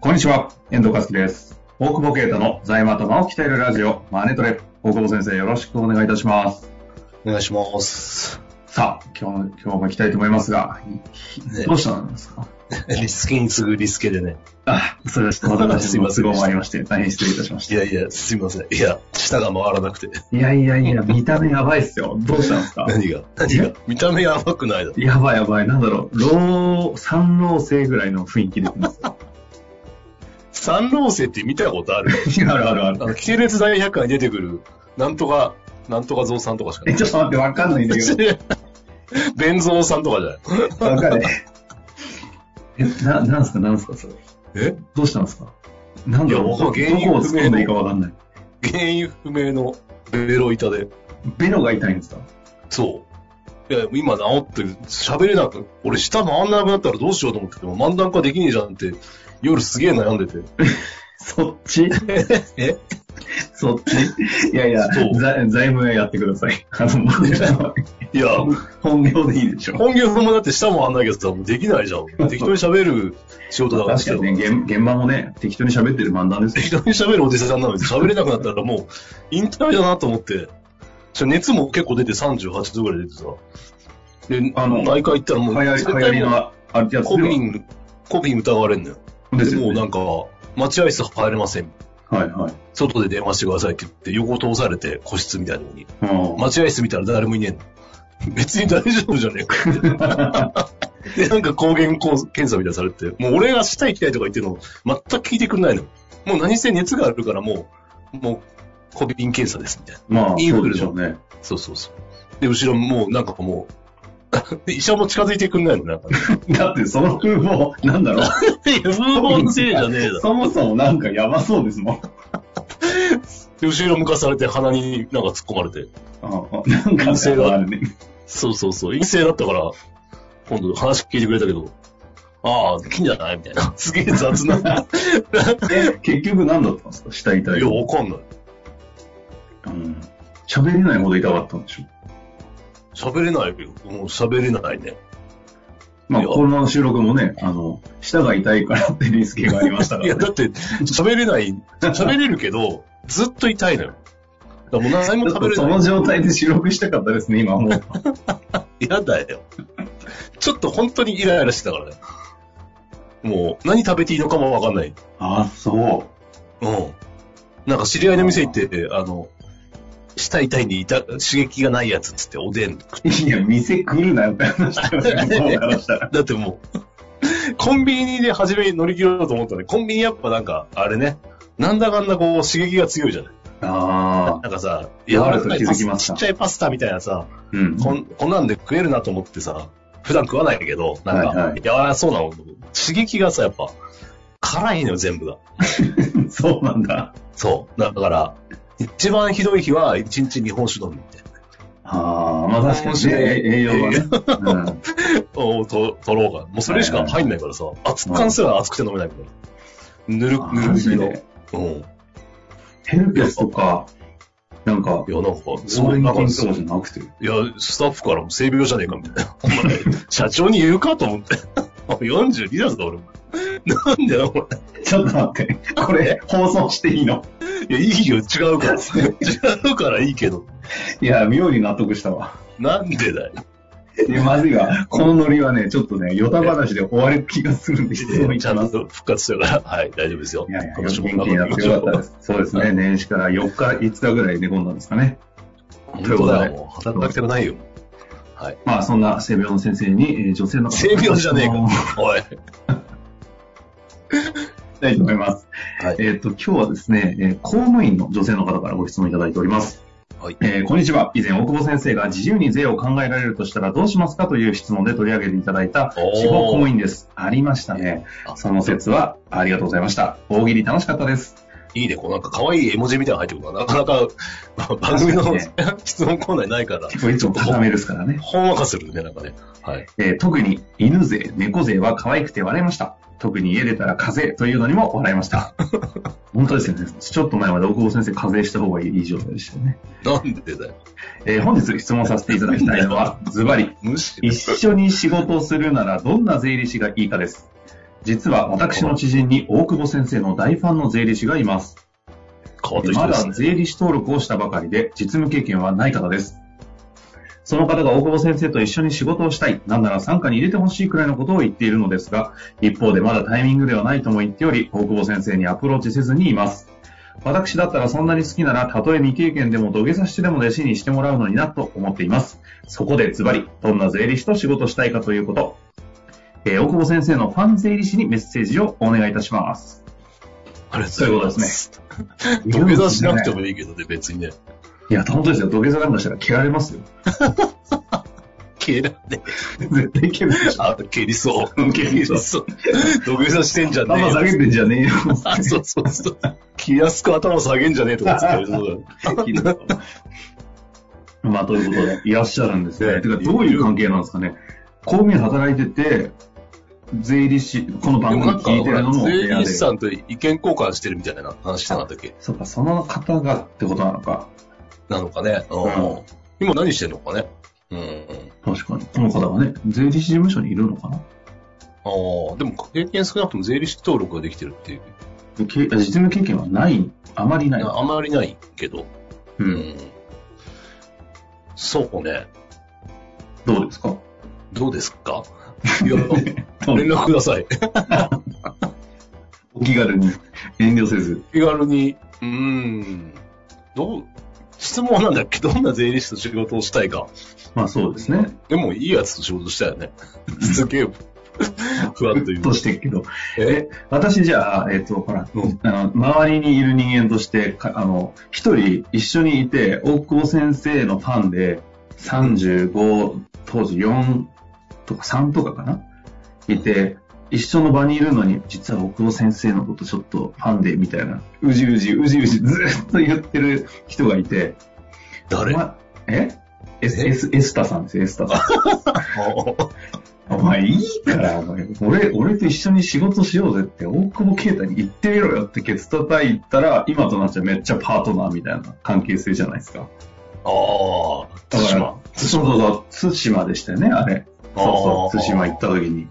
こんにちは、遠藤和樹です。大久保啓太の財務頭を鍛えるラジオ、マネトレ。大久保先生、よろしくお願いいたします。お願いします。 さあ、今日の、今日も行きたいと思いますが、ひひねどうしたんですかリスケに次ぐリスケでね。あ、それはちょっと 私の都合もありまして、大変失礼いたしましいやいや、すいません。いや、舌が回らなくて。た。いやいやいや、見た目やばいっすよ。どうしたんですか何が何が見た目やばくないだろ。やばいやばい、なんだろう、老、三老生ぐらいの雰囲気出て ます。三老星って見たことあるあるあるあある。 の、系列大百科に出てくる、なんとか、なんとか像さんとかしか え、ちょっと待って、わかんないんだけど。ない。弁蔵さんとかじゃないわか る。え、な、なんすか、なんすか、それ。えどうしたんですかなんだろいやう、僕はど原因こを突っ込んでいいかわかんない。原因不明のベロ板で。ベロが痛いんですかそう。いや、今治ってる。喋れなく、俺舌回んなくなったらどうしようと思ってても、漫談化できねえじゃんって、夜すげえ悩んでて。そっち えそっちいやいや、そうざ財務やってください。あの、もうねあのいや、本業でいいでしょ。本業もだって下もあんないけどさ、もうできないじゃん。 適当に喋る仕事だから確かにね、現現場もね、適当に喋ってる漫談ですよ適当に喋るおじさんなのに喋れなくなったらもう、引退だなと思って。ちょ熱も結構出て38度ぐらい出てさ。で、ああのの、内科行ったらも流う、行り絶流対もう行りのああやつではコピー、コピー疑われんのよ。ですでよもうねなんか、待合室入れません。はいはい。外で電話してくださいって言って、横通されて、個室みたいなのに。うん待合室見たら誰もいねえの。別に大丈夫じゃねえかって。 で、なんか抗原こう検査みたいなのされて、もう俺がしたい行きたいとか言ってるの、全く聞いてくれないの。もう何せ熱があるからもう、もう、コビン検査ですみたいな。まあ、インそフうルででししょょうね。そうそうそう。で、後ろもうなんかもう、 医者も近づいてくんないの、なんか、ね。だって、その風貌、なんだろう。いや、無謀のせいじゃねえだ。そもそもなんかやばそうですもん。で、後ろ向かされて鼻になんか突っ込まれて。なんかそういうのあるね。そうそうそう、陰性だったから、今度話聞いてくれたけど、ああ、金じゃないみたいな。すげえ雑な。いや、え結局何だったんですか下痛い。わかんない。うん喋れないほど痛かったんでしょ。喋れないよ。もう喋れないね。まあ、いやこの収録もね、あの、舌が痛いからってリスケがありましたかいらや、ね。だって、喋れない、喋れるけど、ずっと痛いのよ。だからもう何もちょっ食とべれそなのい。状態で収録したかったですね、今もう。嫌だよ。ちょっと本当にイライラしてたからね。もう、何食べていいのかもわかんない。あ、そうん。なんか知り合いの店行って、あの、舌痛いんで痛、刺激がないやつっつっておでん食っう。いや、店来るなよって話してましたよ、そう話したら。だってもう、コンビニで初めに乗り切ろうと思ったら、コンビニやっぱなんか、あれね、なんだかんだこう刺激が強いじゃないああ、なんかさ、柔らかかいい気づきまパしスたちっちゃいパスタみたいなさ、うん。こんこんなんで食えるなと思ってさ、普段食わないけど、なんか、はいはい柔らかそうなの。刺激がさ、やっぱ、辛いのよ、全部が。そうなんだ。そう。だから、一番ひどい日は、一日日本酒飲むみたいな。ああ、まあ確かにね、栄養がね。おと取ろうか。もうそれしか入んないからさ、熱燗すら熱くて飲めないから。ぬる、うぬん。るすぎの。で。うん。ヘルペスとか、なんかい、や、なんか、そそうう、いうなんか、といかじゃなくて。や、スタッフからも性病じゃねえかみたいな。お前、社長に言うかと思って。42だぞ、俺。なんでだ、こちょっと待って、これ放送していいのれ。いや、いいよ、違うから。違うからいいけど。いや、妙に納得したわ。なんでだよ。いや、まずいわ。このノリはね、ちょっとね、ヨタ話で終わる気がするんで、質問いちたゃだんきます。と復活したから、はい、大丈夫ですよ。いやいや、今元年気もになってよかったです。そうですね、年始から4日、5日ぐらい寝込んだんですかね。本当だよ、もう働きたくないよ。まあ、そんな性病の先生に、えー女性の性病じゃねえ質か問をし。おい。たいと思います。はいえっ、と、今日はですね、えー公務員の女性の方からご質問いただいております。はい。えーこんにちは。以前、大久保先生が自由に税を考えられるとしたらどうしますかという質問で取り上げていただいたおー地方公務員です。ありましたねあ。その説はありがとうございました。大喜利楽しかったです。いいね、こうなんか可愛い絵文字みたいなの入ってくるのは、なかなか番組の、確質問コーナーないから、結構いつも高めですからね。ほんわかするね、なんかね。はい。えー特に犬勢、猫勢は可愛くて笑いました。特に家出たら風邪というのにも笑いま した。本当ですよね。ちょっと前まで大久保先生風邪した方がいい状態でしたよね。なんでだよ。えー本日質問させていただきたいのは、ズバリ、無視。一緒に仕事をするならどんな税理士がいいかです。実は私の知人に大久保先生の大ファンの税理士がいます。変わった人までだすね。税理士登録をしたばかりで実務経験はない方です。その方が大久保先生と一緒に仕事をしたい、なんなら傘下に入れてほしいくらいのことを言っているのですが、一方でまだタイミングではないとも言っており、大久保先生にアプローチせずにいます。私だったらそんなに好きなら、たとえ未経験でも土下座してでも弟子にしてもらうのになと思っています。そこでズバリ、どんな税理士と仕事したいかということ、えー大久保先生のファン税理士にメッセージをお願いいたします。あれ、そういうことですね。 土下座しなくてもいいけどね、別にね。いや、本当ですよ。土下座なんかしたら蹴られますよ。蹴らね絶対蹴るでしょ。あ、 蹴りそう。蹴りそうそう。土下座してんじゃ頭ねえ下よ。げてんじゃねえよ。あ、そうそうそう。気安く頭下げんじゃねえとか言って そう まあ、ということで、いらっしゃるんですね。ねてか、どういう関係なんですかね。公務員働いてて、税理士、このだ。で番も組聞いなんか、ほてるらのも部税屋理で。士そさんと意見交換してるみたいな話してなかったっけうか、その方がってことなのか。なのかね。うんうん。今何してんのかね。うんうん。確かに。この方がね、税理士事務所にいるのかなああ、でも経験少なくとも税理士登録ができてるっていう。け実務経験はない、あまりない。あまりないけど。う。うんん。そうね。どうですかどうです かいや、連絡ください。お気軽に遠慮せず。気軽に。うーん。どう、質問なんだっけどんな税理士と仕事をしたいか。まあ、そうですね。でも、いいやつと仕事したよ ね。すげえ、ふわっと言う。としてるけど。え私じゃあ、えっ、と、ほら、うんあの、周りにいる人間として、かあの、一人一緒にいて、大久保先生のファンで、35、当時4とか3とかかな、いて、一緒の場にいるのに、実は大久保先生のことちょっとファンで、みたいな、うじうじ、うじうじ、ずっと言ってる人がいて、誰お前えエス、エス、エスタさんですよ、エスタさん。お前いいから、お前俺、俺と一緒に仕事しようぜって、大久保啓太に言ってみろよってケツ叩いたら、今となっちゃめっちゃパートナーみたいな関係性じゃないですか。ああ、だ対から馬。そうそうそう、対馬でしたよね、あれ。そうそう、対馬行った時に。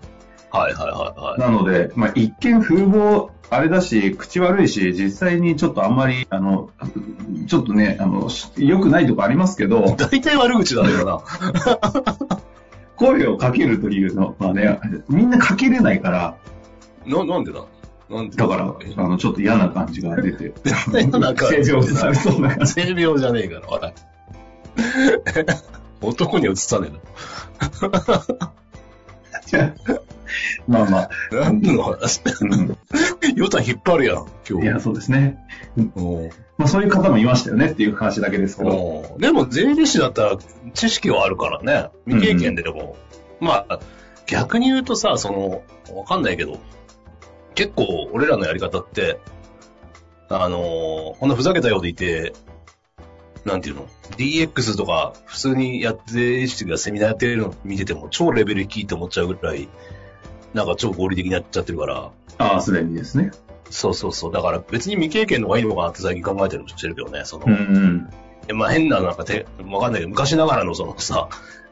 はいはいはいはい。なので、まあ、一見風貌、あれだし、口悪いし、実際にちょっとあんまり、あの、ちょっとね、あの、し良くないとこありますけど、大体悪口だよな。声をかけるというのはね、みんなかけれないから、な、なんでだなんでだから、あの、ちょっと嫌な感じが出て。対嫌な感じ正常されそうな感じ。性病じゃねえから、笑い。 男には移さねまあまあ。えな。何の話うんヨタ引っ張るやん、今い日や、。そうですね。うんまあそういう方もいましたよねっていう話だけですけど。うんでも税理士だったら知識はあるからね。未経験でも。まあ、逆に言うとさ、その、わかんないけど、結構俺らのやり方って、あのーこんなふざけたようでいて、なんていうの ?DX とか普通にやって、税理士がセミナーやってるの見てても超レベル低いと思っちゃうぐらい、なんか超合理的になっちゃってるから、ああ、すでにですね。そうそうそう。だから別に未経験の方がいいのかなって最近考えたりもしてるけどね。その、うんでまあ変な、なんかて、わかんないけど、昔ながらのそのさ、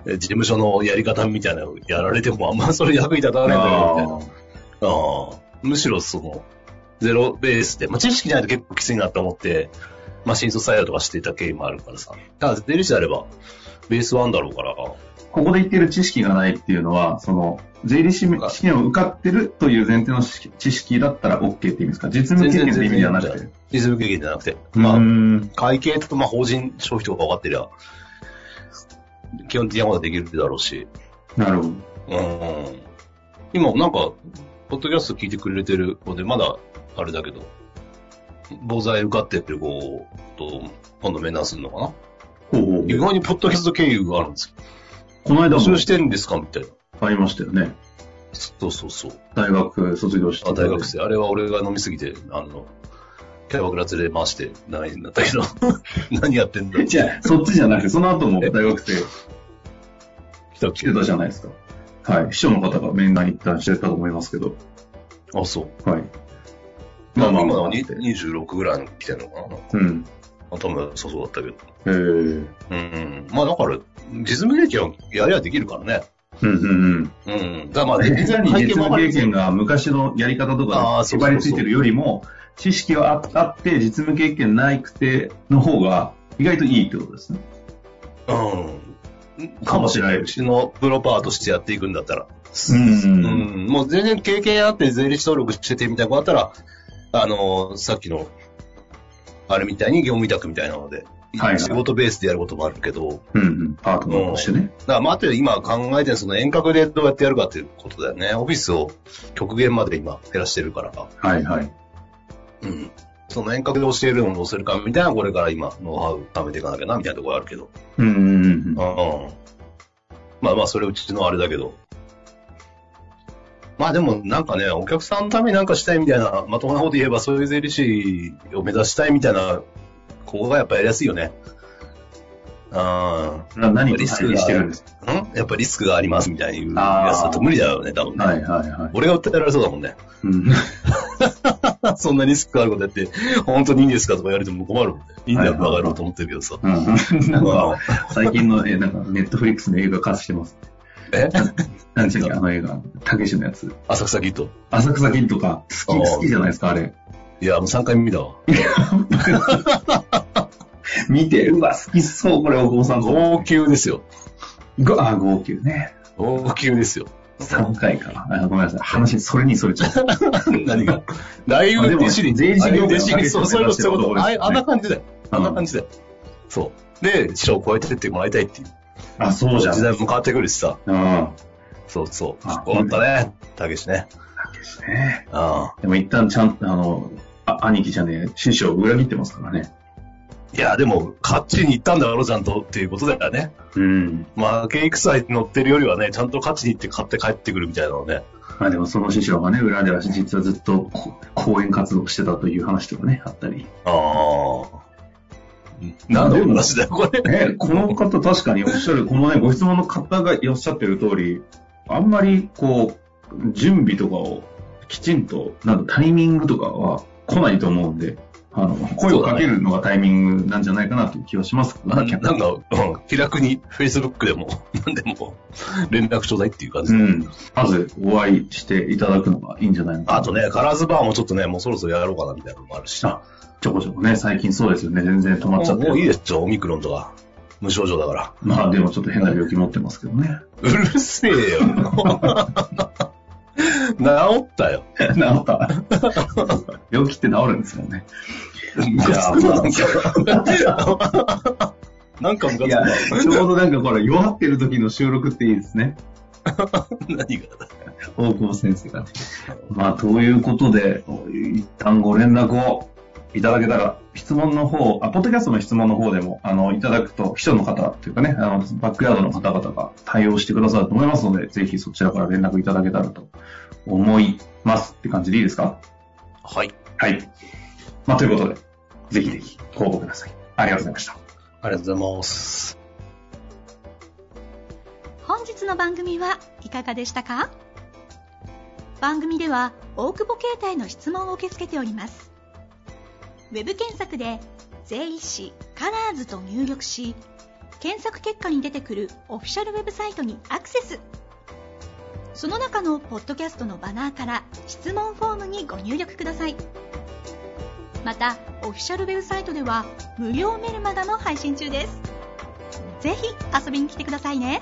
え事務所のやり方みたいなのをやられても、あんまそれ役に立たうん。ないんだよ、みたいなあ。ああむしろその、ゼロベースで、まあ知識ないと結構きついなと思って、まあ新卒採用とかしていた経緯もあるからさ。ただ、出る士であれば、ベースはあるんだろうから、ーここで言ってる知識がないっていうのは、その、税理士試験を受かってるという前提の知識知識だったら OK って意味ですか実務経験って意味じゃなくて。リズム経験じゃなくて、うまあ、ん会計とか、まあ法人消費とか分かってりゃ、基本的なことはできるだろうし、なるほど。うん。今、なんか、ポッドキャスト聞いてくれてる子で、まだ、あれだけど、防災受かってる子と、今度面談するのかなほうほう意外にポッドキャスト経由があるんですよ。この間募も集してんですかみたいな。ありましたよね。そうそうそう。大学卒業して。あ大学。生。あれは俺が飲みすぎて、あの、キャバクラ連れ回して、長いんだったけ ど、何やってんだ じゃあ、そっちじゃなくて、その後も大学生来たっ来けてたじゃないですか。はい。秘書の方が面談一旦してたと思いますけど。あ、そう。はい。まあまあままああ、に26ぐらいの来てんのかな。うん。頭良さそうだったけど。えー。うん。まあだから、実務経験をやりゃできるからね。うんうんうん。うん。だからまあ、実際に実背景も務ある経験が昔のやり方とかにあーそうそうそう縛りついてるよりも、知識はああって実務経験ないくての方が意外といいってことですね。うん。かもしれない。うちのプロパーとしてやっていくんだったら。うんう。ん。もう全然経験あって税理士登録しててみたいな子だったら、あの、さっきの、あれみたいに業務委託みたいなので、はいはい仕事ベースでやることもあるけど、うんうん。パートナーとしてね。だからまあ、あと今考えてるその遠隔でどうやってやるかっていうことだよね。オフィスを極限まで今減らしてるから。はいはい。うん。その遠隔で教えるのをどうするかみたいな、これから今、ノウハウ貯めていかなきゃな、みたいなところあるけど。うんうんうんうん。まあまあ、それうちのあれだけど。まあでも、なんかね、お客さんのためになんかしたいみたいな、まともなこと言えば、そういう税理士を目指したいみたいな、ここがやっぱやりやすいよね。うん。うん。な何をリスクにしてるんですかんやっぱリスクがありますみたいに言うあーやつだと無理だよね、多分ね。はいはいはい。俺が訴えられそうだもんね。 うん。そんなリスクあることやって、本当にいいんですかとか言われても困るもんね。いいんだよ、はいはいバカ野郎と思ってるけどさ。うん。 なんまかあ、最近の、え、なんか、ネットフリックスの映画化してます。えなんちゅうのあの映画、たけしのやつ。浅草キッド。浅草銀とか、好き、あー好きじゃないですか、あれ。いや、もう3回目だわ。見て、うわ、好きそう、これ、お坊さんと。号泣ですよ。ごあ、号泣ね。号泣ですよ。 3回か。あごめんなさい。話、それにそれちゃ う。 何が。 大あで学も弟子に、税理士業界の弟子に、そうそういうこと、そういうこと。ああんな感じだよ。うんあんな感じだよ。そう。で、師匠を超えてってもらいたいっていう。あ、そうじゃん。時代も変わってくるしさ。うん。そうそう。あ終わったね、たけしね。ねうん。でも一旦ちゃん、あの、あ兄貴じゃねえ、師匠を裏切ってますからね。いや、でも、勝ちに行ったんだろう、ちゃんとっていうことだよね。うん。まあ、ケイクサイ乗ってるよりはね、ちゃんと勝ちに行って勝って帰ってくるみたいなのをね。まあでもその師匠がね、裏では実はずっとこ講演活動してたという話とかね、あったり。ああ。何の話だよ、これ。ね、この方確かにおっしゃる、このね、ご質問の方がおっしゃってる通り、あんまりこう、準備とかをきちんと、なんかタイミングとかは来ないと思うんで、あの、声をかけるのがタイミングなんじゃないかなという気はしますが、なんか、うん、気楽に Facebook でも、 なんでも、連絡ちょうだいっていう感じう。ん。まずお会いしていただくのがいいんじゃないのかな。あとね、カラーズバーもちょっとね、もうそろそろやろうかなみたいなのもあるし。あ、ちょこちょこね、最近そうですよね、全然止まっちゃってもういいる。ですよ、オミクロンとか。無症状だから。まあでもちょっと変な病気持ってますけどね。うるせえよ。 治ったよ。治った。 病気って治るんですよ ね。ム カつくななんかなんかムカつくいやな、ちょうどなんかこれ、弱ってる時の収録っていいですね。何が大久保先生がね。まあ、ということで、一旦ご連絡をいただけたら、質問の方、あ、ポッドキャストの質問の方でも、あの、いただくと、秘書の方というかね、あの、バックヤードの方々が対応してくださると思いますので、ぜひそちらから連絡いただけたらと思いますって感じでいいですかはい。はい。まあ、ということで、ぜひぜひご応募ください。ありがとうございました。ありがとうございます。本日の番組はいかがでしたか番組では大久保携帯の質問を受け付けておりますウェブ検索で「税理士カラーズと入力し検索結果に出てくるオフィシャルウェブサイトにアクセスその中のポッドキャストのバナーから質問フォームにご入力くださいまたオフィシャルウェブサイトでは無料メルマガも配信中ですぜひ遊びに来てくださいね